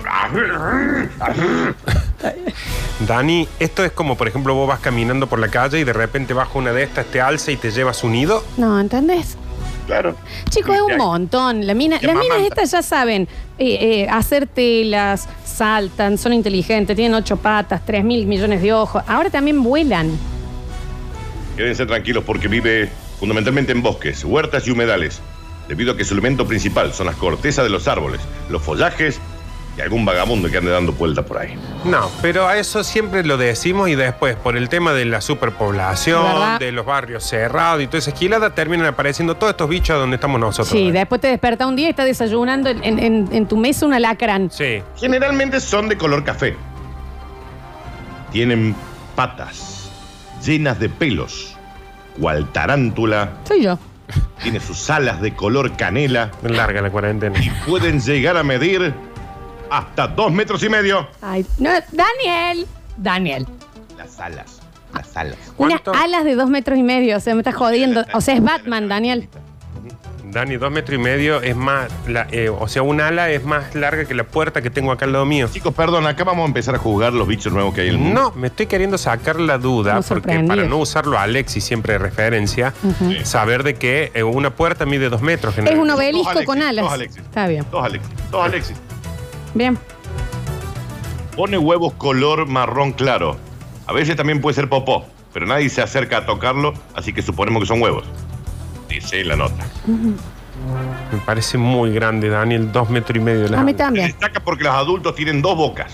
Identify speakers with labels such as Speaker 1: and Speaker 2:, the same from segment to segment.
Speaker 1: Dani, esto es como, por ejemplo, vos vas caminando por la calle y de repente baja una de estas, te alza y te lleva a su nido.
Speaker 2: No, ¿entendés?
Speaker 3: Claro.
Speaker 2: Chicos, es un montón. La mina-
Speaker 3: Te
Speaker 2: las minas
Speaker 3: amamanta.
Speaker 2: estas ya saben eh, eh, hacer telas, saltan, son inteligentes, tienen ocho patas, tres mil millones de ojos. Ahora también vuelan.
Speaker 3: Quédense tranquilos porque vive fundamentalmente en bosques, huertas y humedales, debido a que su alimento principal son las cortezas de los árboles, los follajes y algún vagabundo que ande dando vueltas por ahí.
Speaker 1: No, pero a eso siempre lo decimos y después, por el tema de la superpoblación,
Speaker 2: ¿Verdad?
Speaker 1: de los barrios cerrados y toda esa esquilada, terminan apareciendo todos estos bichos donde estamos nosotros.
Speaker 2: Sí,
Speaker 1: Dani.
Speaker 2: después te desperta un día y está desayunando en, en- en- en tu mesa un alacrán.
Speaker 1: Sí.
Speaker 3: Generalmente son de color café. Tienen patas llenas de pelos, cual tarántula,
Speaker 2: Soy yo.
Speaker 3: tiene sus alas de color canela
Speaker 1: Larga la cuarentena.
Speaker 3: y pueden llegar a medir hasta dos metros y medio.
Speaker 2: Ay, no, Daniel. Daniel.
Speaker 3: Las alas, las alas.
Speaker 2: Unas
Speaker 1: ¿Cuánto?
Speaker 2: alas de dos metros y medio, o sea, me estás jodiendo. O sea, es Batman, Daniel.
Speaker 1: Dani, dos metros y medio es más. la- eh, o sea, un ala es más larga que la puerta que tengo acá al lado mío.
Speaker 3: Chicos, perdón, acá vamos a empezar a juzgar los bichos nuevos que hay en el mundo.
Speaker 1: No, me estoy queriendo sacar la duda,
Speaker 2: Me
Speaker 1: porque
Speaker 2: sorprendí.
Speaker 1: para no usarlo a Alexis siempre de referencia,
Speaker 3: Sí.
Speaker 1: saber de que eh, una puerta mide dos metros.
Speaker 2: Es un
Speaker 1: generalmente.
Speaker 2: obelisco
Speaker 3: Dos Alexis,
Speaker 2: con alas.
Speaker 3: dos Alexis.
Speaker 2: Está bien.
Speaker 3: Dos Alexis, dos Alexis.
Speaker 2: Bien.
Speaker 3: Pone huevos color marrón claro. A veces también puede ser popó, pero nadie se acerca a tocarlo, así que suponemos que son huevos. Dice la nota.
Speaker 1: Me parece muy grande, Daniel, dos metros y medio de
Speaker 2: A mí
Speaker 1: largo.
Speaker 3: Se
Speaker 2: también.
Speaker 3: destaca porque los adultos tienen dos bocas.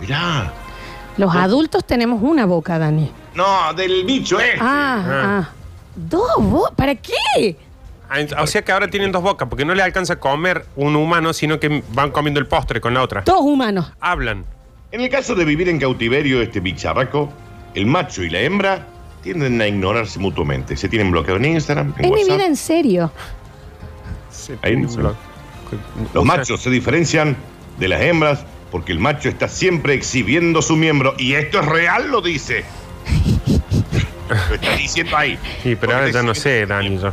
Speaker 3: Mirá.
Speaker 2: Los adultos tenemos una boca, Dani.
Speaker 3: No, del bicho, ¿eh?
Speaker 2: Ah, ah. ¿Dos bo- ¿Para qué?
Speaker 1: Ah, O sea que ahora tienen dos bocas, porque no le alcanza a comer un humano, sino que van comiendo el postre con la otra.
Speaker 2: Dos humanos.
Speaker 1: Hablan.
Speaker 3: En el caso de vivir en cautiverio este bicharraco, el macho y la hembra tienden a ignorarse mutuamente. Se tienen bloqueado en Instagram, en
Speaker 2: Es mi
Speaker 3: WhatsApp.
Speaker 2: vida en serio.
Speaker 3: Ahí no se lo- Los machos se diferencian de las hembras porque el macho está siempre exhibiendo su miembro. Y esto es real, lo dice. lo está diciendo ahí.
Speaker 1: Sí, pero ahora ya no sé, Dani. yo.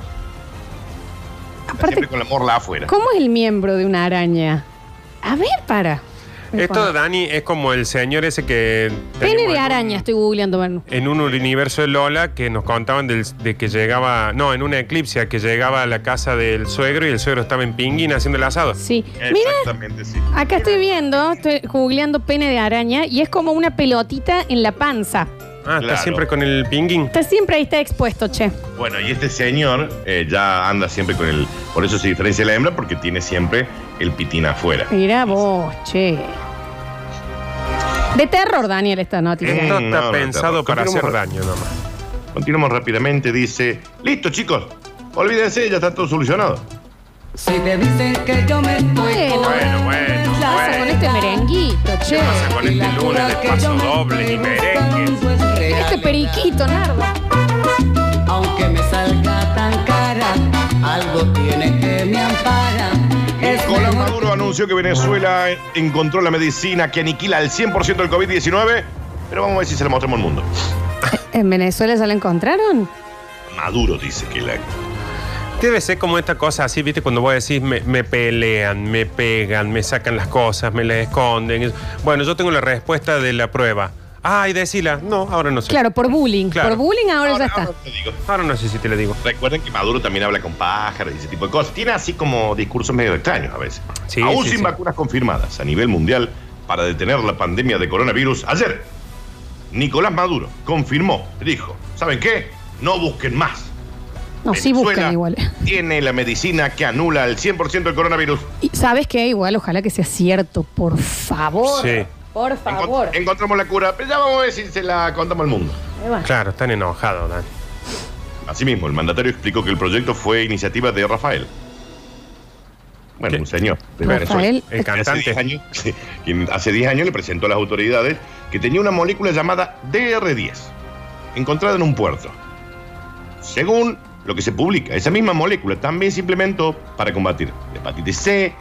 Speaker 3: Está siempre con la morla afuera.
Speaker 2: ¿Cómo es el miembro de una araña? A ver, para.
Speaker 1: Esto, Dani, es como el señor ese que.
Speaker 2: Pene
Speaker 1: tenemos
Speaker 2: de
Speaker 1: en un-
Speaker 2: araña, estoy googleando, Manu.
Speaker 1: En un universo de Lola que nos contaban del- de que llegaba. No, en una eclipse que llegaba a la casa del suegro y el suegro estaba en pinguín haciendo el asado.
Speaker 2: Sí. Mira,
Speaker 3: Exactamente, sí.
Speaker 2: acá estoy viendo, estoy googleando pene de araña y es como una pelotita en la panza.
Speaker 1: Ah, está
Speaker 3: Claro.
Speaker 1: siempre con el pinguín.
Speaker 2: Está siempre ahí, está expuesto, che.
Speaker 3: Bueno, y este señor eh, ya anda siempre con el. Por eso se diferencia de la hembra, porque tiene siempre el pitín afuera.
Speaker 2: Mirá vos, che. De terror, Daniel, esta noticia.
Speaker 1: Esto
Speaker 3: Mm,
Speaker 1: está
Speaker 3: no, no,
Speaker 1: pensado
Speaker 3: está-
Speaker 1: para hacer
Speaker 3: Continuamos.
Speaker 1: daño nomás.
Speaker 3: Continuamos rápidamente, dice. Listo, chicos. Olvídense, ya está todo solucionado.
Speaker 4: Si te dicen que yo me estoy
Speaker 2: Bueno,
Speaker 1: bueno, bueno,
Speaker 2: ¿Qué pasa con este merenguito, che?
Speaker 1: pasa con este lunes de paso doble ni merengue?
Speaker 2: Este periquito, Nardo.
Speaker 4: Aunque me salga tan cara, algo tiene que me ampara. Es
Speaker 3: Nicolás
Speaker 4: mejor-
Speaker 3: Maduro anunció que Venezuela encontró la medicina que aniquila al 100% el COVID-19, pero vamos a ver si se la mostramos al mundo.
Speaker 2: ¿En Venezuela ya lo encontraron?
Speaker 3: Maduro dice que la...
Speaker 1: Debe ser como esta cosa así, ¿viste? Cuando vos decís, me, me pelean, me pegan, me sacan las cosas, me las esconden. Bueno, yo tengo la respuesta de la prueba. Ay, decila. No, ahora no sé.
Speaker 2: Claro, por bullying.
Speaker 1: Claro.
Speaker 2: Por bullying ahora, ya está.
Speaker 3: te digo.
Speaker 1: Ahora no sé si te lo digo.
Speaker 3: Recuerden que Maduro también habla con pájaros y ese tipo de cosas. Tiene así como discursos medio extraños a veces.
Speaker 1: Sí,
Speaker 3: Aún
Speaker 1: sí,
Speaker 3: sin
Speaker 1: sí.
Speaker 3: vacunas confirmadas a nivel mundial para detener la pandemia de coronavirus, ayer Nicolás Maduro confirmó, dijo, ¿saben qué? No busquen más.
Speaker 2: No, sí buscan igual.
Speaker 3: Tiene la medicina que anula al 100% el coronavirus.
Speaker 2: Y sabes que igual, ojalá que sea cierto, por favor.
Speaker 1: Sí.
Speaker 2: Por
Speaker 3: Encon-
Speaker 2: favor.
Speaker 3: encontramos la cura, pero ya vamos a ver si se la contamos al mundo.
Speaker 2: Ahí va.
Speaker 1: Claro, están enojados, Dani.
Speaker 3: Asimismo, el mandatario explicó que el proyecto fue iniciativa de Rafael. Bueno,
Speaker 1: ¿Qué?
Speaker 3: un señor. de
Speaker 2: Rafael,
Speaker 3: Venezuela.
Speaker 1: El
Speaker 3: Que Hace 10
Speaker 1: cantante.
Speaker 3: años, quien hace 10 años le presentó a las autoridades que tenía una molécula llamada DR10, encontrada en un puerto. Según lo que se publica, esa misma molécula también se implementó para combatir la hepatitis C,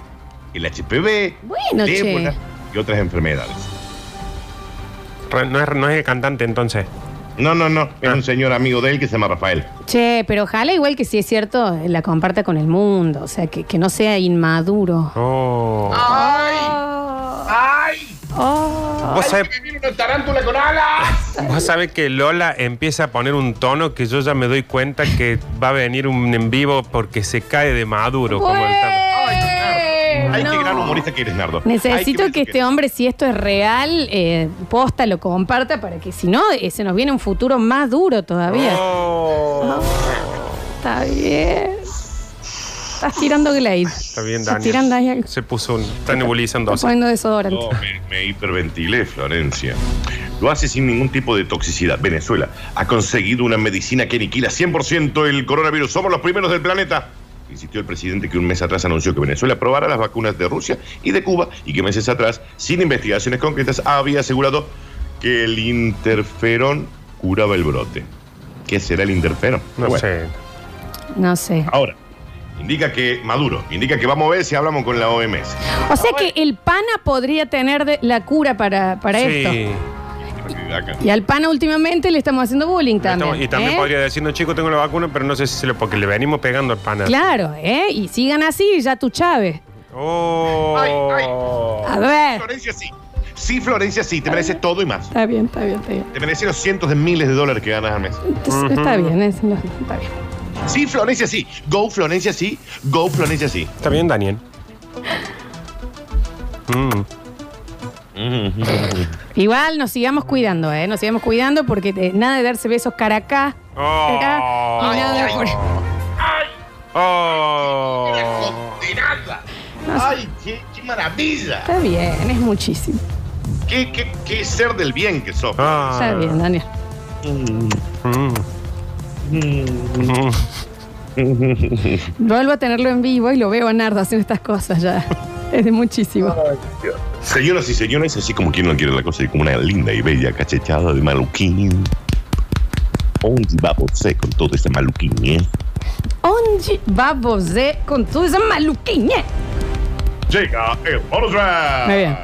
Speaker 3: el HPV,
Speaker 2: Bueno,
Speaker 3: el
Speaker 2: che.
Speaker 3: ébola y otras enfermedades.
Speaker 1: Re- No es, no es el cantante entonces.
Speaker 3: No, no, no, es
Speaker 1: Ah.
Speaker 3: un señor amigo de él que se llama Rafael.
Speaker 2: Che, pero ojalá igual que si es cierto, la comparta con el mundo. O sea, que, que no sea inmaduro.
Speaker 1: Oh.
Speaker 3: Ah, ¡Ay!
Speaker 2: Oh.
Speaker 1: ¿Vos, sabés,
Speaker 3: ¡Que viene una tarántula con alas!
Speaker 1: vos sabés que Lola empieza a poner un tono que yo ya me doy cuenta que va a venir un en vivo porque se cae de maduro. Como el tam-
Speaker 3: ¡Ay, qué
Speaker 2: Bueno.
Speaker 3: gran humorista que eres, Nardo!
Speaker 2: Necesito
Speaker 3: Ay, qué
Speaker 2: que
Speaker 3: beso
Speaker 2: este hombre, si esto es real, eh, posta, lo comparta para que si no, eh, se nos viene un futuro más duro todavía.
Speaker 1: Oh.
Speaker 2: Está bien. Estás tirando Glade.
Speaker 1: Está bien,
Speaker 2: Estás
Speaker 1: Dani.
Speaker 2: tirando ahí algo.
Speaker 1: Se puso un. Está nebulizando.
Speaker 2: Estás poniendo desodorante.
Speaker 3: No, me, me hiperventilé, Florencia. Lo hace sin ningún tipo de toxicidad. Venezuela ha conseguido una medicina que aniquila 100% el coronavirus. Somos los primeros del planeta. Insistió el presidente que un mes atrás anunció que Venezuela probará las vacunas de Rusia y de Cuba y que meses atrás, sin investigaciones concretas, había asegurado que el interferón curaba el brote. ¿Qué será el interferón?
Speaker 1: No
Speaker 3: Bueno.
Speaker 1: sé.
Speaker 2: No sé.
Speaker 3: Ahora, indica que Maduro, indica que vamos a ver si hablamos con la OMS.
Speaker 2: O sea que el pana podría tener de- la cura para, para
Speaker 1: Sí.
Speaker 2: esto. Y al pana últimamente le estamos haciendo bullying también.
Speaker 1: y también
Speaker 2: ¿eh?
Speaker 1: podría decir, no, chico, tengo la vacuna, pero no sé si se lo. Porque le venimos pegando al pana.
Speaker 2: Claro, ¿eh? Y sigan así, ya tu Chávez.
Speaker 1: Oh.
Speaker 2: A ver.
Speaker 3: Florencia sí. Sí, Florencia sí, te mereces todo y más.
Speaker 2: Está bien, está bien, está bien.
Speaker 3: Te mereces los cientos de miles de dólares que ganas al mes.
Speaker 2: Entonces, Está bien, es- no, está bien.
Speaker 3: Sí, Florencia sí. Go, Florencia sí. Go, Florencia sí.
Speaker 1: Está bien, Daniel. Mm.
Speaker 2: Igual nos sigamos cuidando, ¿eh? Nos sigamos cuidando porque eh, nada de darse besos cara a cara.
Speaker 1: Oh.
Speaker 2: cara a- y nada de por-
Speaker 1: Oh.
Speaker 3: ¡Ay, qué, qué maravilla!
Speaker 2: Está bien, es muchísimo.
Speaker 3: Qué, qué- qué ser del bien que sos.
Speaker 1: Ah.
Speaker 2: Está bien, Daniel.
Speaker 1: Mm.
Speaker 2: Mm. Vuelvo a tenerlo en vivo y lo veo a Nardo haciendo estas cosas ya. Es de muchísimo.
Speaker 3: Señoras y señores, así como quien no quiere la cosa, y como una linda y bella cachechada de maluquín. Only babose con todo ese maluquín, ¿eh?
Speaker 2: Onde va você con tu esa maluquiña?
Speaker 3: Llega el bonus track.
Speaker 2: Ah. Muy bien.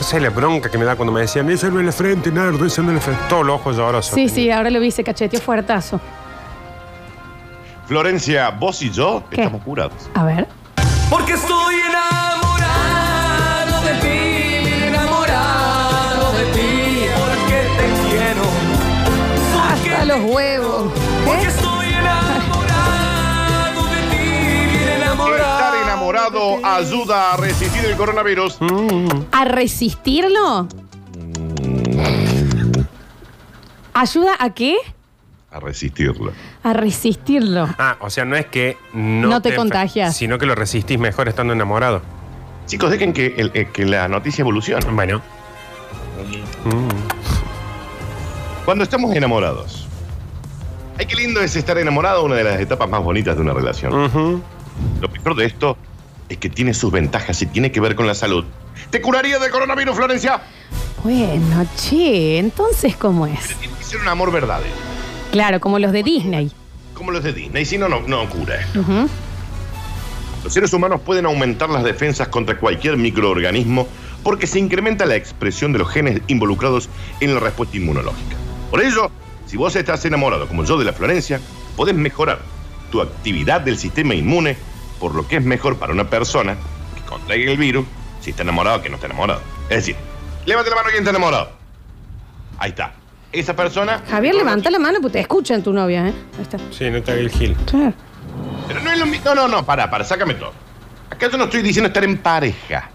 Speaker 1: Esa es la bronca que me da cuando me decían, eso no en la frente, Nardo, eso no en la frente. Todos los ojos llorosos.
Speaker 2: Sí, sí, ahora lo vi, se cacheteó fuertazo.
Speaker 3: Florencia, vos y yo
Speaker 2: ¿Qué?
Speaker 3: estamos curados.
Speaker 2: A ver.
Speaker 5: Porque estoy enamorado de ti, enamorado de ti, porque te quiero. Porque
Speaker 2: Hasta
Speaker 5: te
Speaker 2: los huevos.
Speaker 5: Porque estoy enamorado de ti, bien enamorado.
Speaker 3: Estar enamorado ayuda a resistir el coronavirus.
Speaker 2: ¿A resistirlo? ¿Ayuda a qué?
Speaker 3: A resistirlo.
Speaker 2: A resistirlo.
Speaker 1: Ah, o sea, no es que no,
Speaker 2: No te
Speaker 1: enfer-
Speaker 2: contagias.
Speaker 1: Sino que lo resistís mejor estando enamorado.
Speaker 3: Chicos, dejen que, el- eh, que la noticia evolucione.
Speaker 1: Bueno.
Speaker 3: Cuando estamos enamorados. Ay, qué lindo es estar enamorado, una de las etapas más bonitas de una relación.
Speaker 1: Ujú.
Speaker 3: Lo peor de esto es que tiene sus ventajas y tiene que ver con la salud. ¿Te curaría del coronavirus, Florencia?
Speaker 2: Bueno, che, entonces, ¿cómo es?
Speaker 3: Tiene que ser un amor verdadero,
Speaker 2: Claro, como los de Disney.
Speaker 3: como los de Disney. Si no, no, no cura.
Speaker 2: Ujú.
Speaker 3: Los seres humanos pueden aumentar las defensas contra cualquier microorganismo porque se incrementa la expresión de los genes involucrados en la respuesta inmunológica. Por ello, si vos estás enamorado como yo de la Florencia, podés mejorar tu actividad del sistema inmune, por lo que es mejor para una persona que contraiga el virus si está enamorado que no está enamorado. Es decir, levante la mano quien está enamorado. Ahí está. Esa persona...
Speaker 2: Javier, levanta la mano porque te escuchan tu novia, ¿eh? Ahí está.
Speaker 1: Sí, no te hagas el gil.
Speaker 2: Claro.
Speaker 3: Pero no es lo mismo. No, no, no, para, para, sácame todo. Acá yo no estoy diciendo estar en pareja.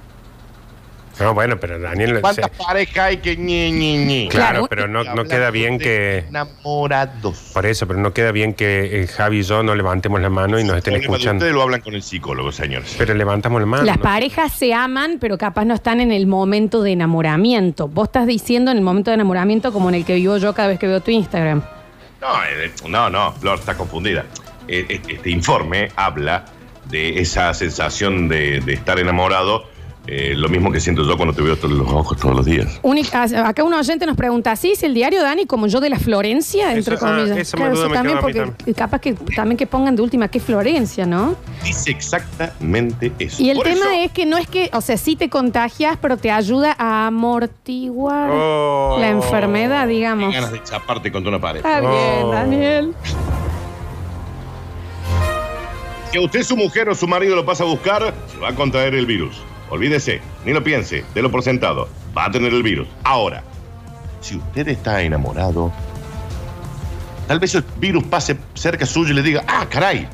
Speaker 1: No, bueno, pero Daniel.
Speaker 3: ¿Cuántas
Speaker 1: se-
Speaker 3: parejas hay que ñe, ñe, ñe?
Speaker 1: Claro,
Speaker 2: Claro.
Speaker 1: pero no, no
Speaker 3: Hablando
Speaker 1: queda bien
Speaker 3: de
Speaker 1: que.
Speaker 3: Enamorados.
Speaker 1: Por eso, pero no queda bien que eh, Javi y yo no levantemos la mano y nos estén
Speaker 3: Problema de
Speaker 1: escuchando.
Speaker 3: Ustedes lo hablan con el psicólogo, señores.
Speaker 1: Pero levantamos la mano.
Speaker 2: Las
Speaker 1: ¿no?
Speaker 2: parejas se aman, pero capaz no están en el momento de enamoramiento. Vos estás diciendo en el momento de enamoramiento como en el que vivo yo cada vez que veo tu Instagram.
Speaker 3: No, eh, no, no, Flor está confundida. Eh, eh, Este informe habla de esa sensación de, de estar enamorado, eh, lo mismo que siento yo cuando te veo todos los ojos todos los días.
Speaker 2: Un- a- ah, acá un oyente nos pregunta, ¿sí es el diario Dani como yo de la Florencia? Entre
Speaker 1: Eso- ah,
Speaker 2: comillas.
Speaker 1: esa duda me
Speaker 2: también
Speaker 1: quedó a mí
Speaker 2: porque capaz que también que pongan de última que es Florencia, ¿no?
Speaker 3: Dice exactamente eso.
Speaker 2: Y el
Speaker 3: Por
Speaker 2: tema
Speaker 3: eso,
Speaker 2: es que no es que, o sea, sí te contagias, pero te ayuda a amortiguar
Speaker 1: Oh.
Speaker 2: la enfermedad,
Speaker 3: hay
Speaker 2: digamos.
Speaker 3: ganas de chaparte contra una pared.
Speaker 2: Está bien,
Speaker 1: Oh.
Speaker 2: Daniel.
Speaker 3: Si a usted su mujer o su marido lo pasa a buscar, se va a contraer el virus. Olvídese, ni lo piense, de lo por sentado. Va a tener el virus. Ahora, si usted está enamorado, tal vez el virus pase cerca suyo y le diga, ah, caray,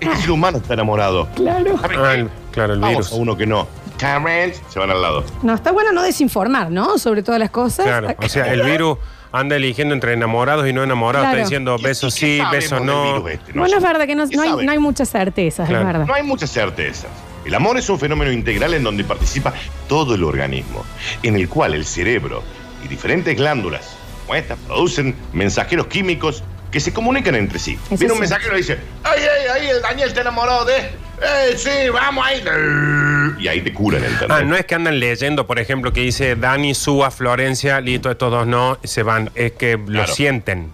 Speaker 3: este ser humano está enamorado.
Speaker 2: Claro.
Speaker 3: ¿Sabe
Speaker 1: Ah,
Speaker 3: qué?
Speaker 1: el- claro, el
Speaker 3: Vamos
Speaker 1: virus.
Speaker 3: a uno que no. Karen, se van al lado.
Speaker 2: No, está bueno no desinformar, ¿no? Sobre todas las cosas.
Speaker 1: Claro, o sea, el virus anda eligiendo entre enamorados y no enamorados.
Speaker 2: Claro.
Speaker 1: Está diciendo besos
Speaker 3: ¿Y qué
Speaker 1: sí,
Speaker 3: sabemos
Speaker 1: besos
Speaker 3: del
Speaker 1: no.
Speaker 3: virus este?
Speaker 2: bueno, es verdad que no,
Speaker 3: ¿Qué
Speaker 2: no hay,
Speaker 3: sabe?
Speaker 2: no hay muchas certezas,
Speaker 1: Claro.
Speaker 2: es verdad.
Speaker 3: No hay muchas certezas. El amor es un fenómeno integral en donde participa todo el organismo, en el cual el cerebro y diferentes glándulas como estas producen mensajeros químicos que se comunican entre sí.
Speaker 2: Eso
Speaker 3: Viene un
Speaker 2: sí.
Speaker 3: mensajero y dice, ¡ay, ay, ay! El Daniel está enamorado de... ¡Eh, sí, vamos ahí! Y ahí te curan, ¿entendés?
Speaker 1: Ah, no es que andan leyendo, por ejemplo, que dice Dani, Súa, Florencia, listo, estos dos no, se van. Es que lo
Speaker 3: Claro.
Speaker 1: sienten.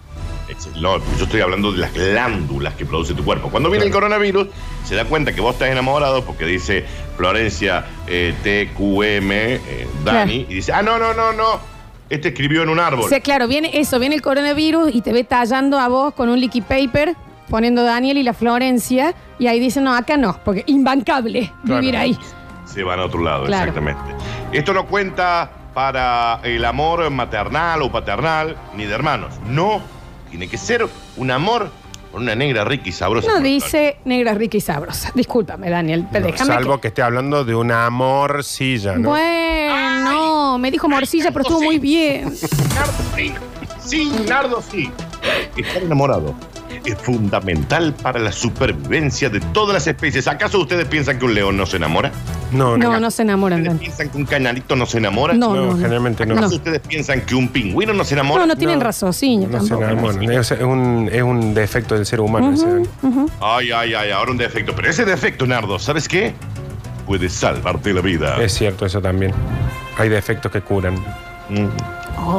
Speaker 3: Es- No, yo estoy hablando de las glándulas que produce tu cuerpo. Cuando viene el coronavirus, se da cuenta que vos estás enamorado porque dice Florencia eh, TQM eh, Dani y dice, ah, no, no, no, no. Este escribió en un árbol.
Speaker 2: O sea, claro, viene eso, viene el coronavirus y te ve tallando a vos con un liquid paper, poniendo Daniel y la Florencia, y ahí dicen, no, acá no, porque imbancable vivir ahí.
Speaker 3: Se van a otro lado,
Speaker 2: Claro.
Speaker 3: exactamente. Esto no cuenta para el amor maternal o paternal, ni de hermanos. No, tiene que ser un amor con una negra rica y sabrosa.
Speaker 2: No dice negra rica y sabrosa. Discúlpame, Daniel, pero déjame.
Speaker 1: Salvo
Speaker 2: que-
Speaker 1: que... esté hablando de una amorcilla, ¿no?
Speaker 2: Bueno, me dijo morcilla, pero estuvo muy bien.
Speaker 3: Nardo sí. Sí, Nardo sí. Estar enamorado es fundamental para la supervivencia de todas las especies. ¿Acaso ustedes piensan que un león no se enamora?
Speaker 1: No, no.
Speaker 2: No, no se enamoran.
Speaker 3: ¿Ustedes
Speaker 2: Dani.
Speaker 3: piensan que un canalito no se enamora?
Speaker 2: No,
Speaker 1: No, generalmente no.
Speaker 3: ¿Acaso ustedes piensan que un pingüino no se enamora?
Speaker 2: No, no tienen raciocinio
Speaker 1: No se
Speaker 2: tampoco.
Speaker 1: enamoran. Es, es un, es un defecto del ser humano. ese, Dani.
Speaker 3: Ay, ay, ay, ahora un defecto. Pero ese defecto, Nardo, ¿sabes qué? Puede salvarte la vida.
Speaker 1: Es cierto eso también. Hay defectos que curan.
Speaker 3: Mm.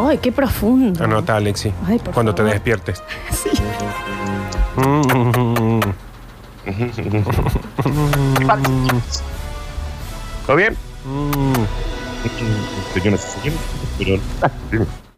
Speaker 2: Ay, qué profundo.
Speaker 1: Anota, Alexi.
Speaker 2: Ay, por
Speaker 1: cuando te
Speaker 2: favor.
Speaker 1: despiertes.
Speaker 2: Sí.
Speaker 1: Mm.
Speaker 3: Mm, ¿Todo bien? Señoras y mm, señores, pero-